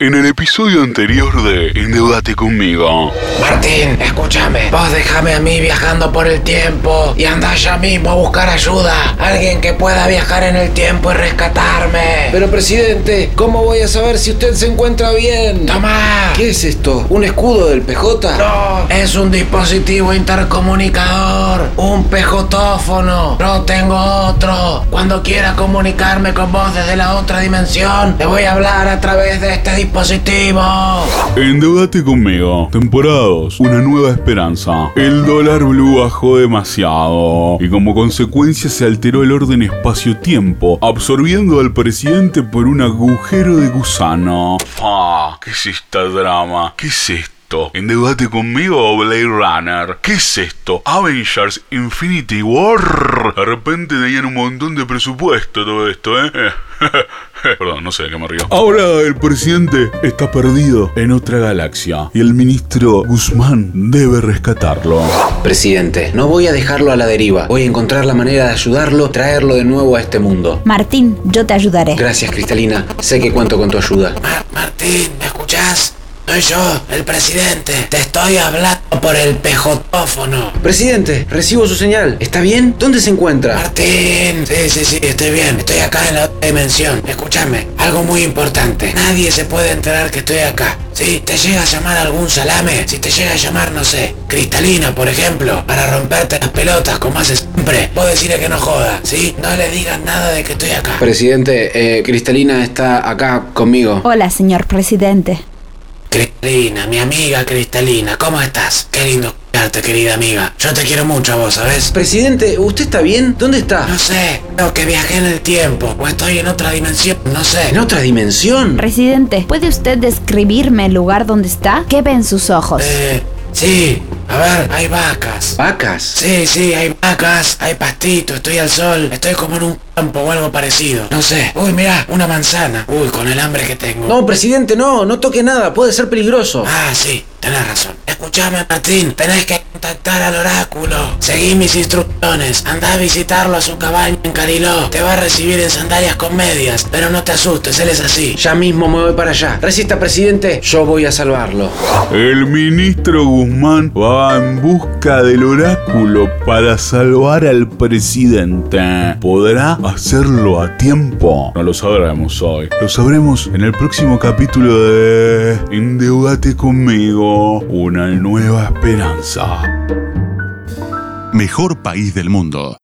En el episodio anterior de Endeudate conmigo. Martín, escúchame. Vos déjame a mí viajando por el tiempo y anda ya mismo a buscar ayuda. Alguien que pueda viajar en el tiempo y rescatarme. Pero presidente, ¿cómo voy a saber si usted se encuentra bien? Tomá. ¿Qué es esto? ¿Un escudo del PJ? No, es un dispositivo intercomunicador, un pejotófono. No tengo otro. Cuando quiera comunicarme con vos desde la otra dimensión, te voy a hablar a través de este dispositivo. Endeudate conmigo. Temporadas. Una nueva esperanza. El dólar blue bajó demasiado. Y como consecuencia se alteró el orden espacio-tiempo, absorbiendo al presidente por un agujero de gusano. Ah, ¿qué es esta drama? ¿Qué es esto? ¿Endeudate conmigo o Blade Runner? ¿Qué es esto? ¿Avengers Infinity War? De repente tenían un montón de presupuesto todo esto, ¿eh? Perdón, no sé de qué me río. Ahora el presidente está perdido en otra galaxia y el ministro Guzmán debe rescatarlo. Presidente, no voy a dejarlo a la deriva. Voy a encontrar la manera de ayudarlo, traerlo de nuevo a este mundo. Martín, yo te ayudaré. Gracias, Cristalina. Sé que cuento con tu ayuda. Mar- Martín, ¿me escuchás? Soy yo, el presidente. Te estoy hablando por el pejotófono. Presidente, recibo su señal. ¿Está bien? ¿Dónde se encuentra? Martín, sí, sí, sí, estoy bien. Estoy acá en la otra dimensión. Escúchame, algo muy importante. Nadie se puede enterar que estoy acá. Si te llega a llamar algún salame, si te llega a llamar, no sé, Cristalina, por ejemplo, para romperte las pelotas como hace siempre, vos decirle que no joda, ¿sí? No le digas nada de que estoy acá. Presidente, eh, Cristalina está acá conmigo. Hola, señor presidente. Cristalina, mi amiga Cristalina, ¿cómo estás? Qué lindo escucharte, querida amiga. Yo te quiero mucho a vos, ¿sabes? Presidente, ¿usted está bien? ¿Dónde está? No sé, creo que viajé en el tiempo, o estoy en otra dimensión, no sé. ¿En otra dimensión? Presidente, ¿puede usted describirme el lugar donde está? ¿Qué ven sus ojos? Eh, sí, a ver, hay vacas. ¿Vacas? Sí, sí, hay vacas, hay pastito, estoy al sol, estoy como en un campo o algo parecido. No sé. Uy, mira, una manzana. Uy, con el hambre que tengo. No, presidente, no. No toque nada. Puede ser peligroso. Ah, sí, tenés razón. Escuchame, Martín, tenés que contactar al oráculo. Seguí mis instrucciones. Andá a visitarlo a su cabaña en Cariló. Te va a recibir en sandalias con medias, pero no te asustes, él es así. Ya mismo me voy para allá. Resista, presidente. Yo voy a salvarlo. El ministro Guzmán va en busca del oráculo para salvar al presidente. ¿Podrá hacerlo a tiempo? No lo sabremos hoy. Lo sabremos en el próximo capítulo de Endeudate conmigo, una nueva esperanza. Mejor país del mundo.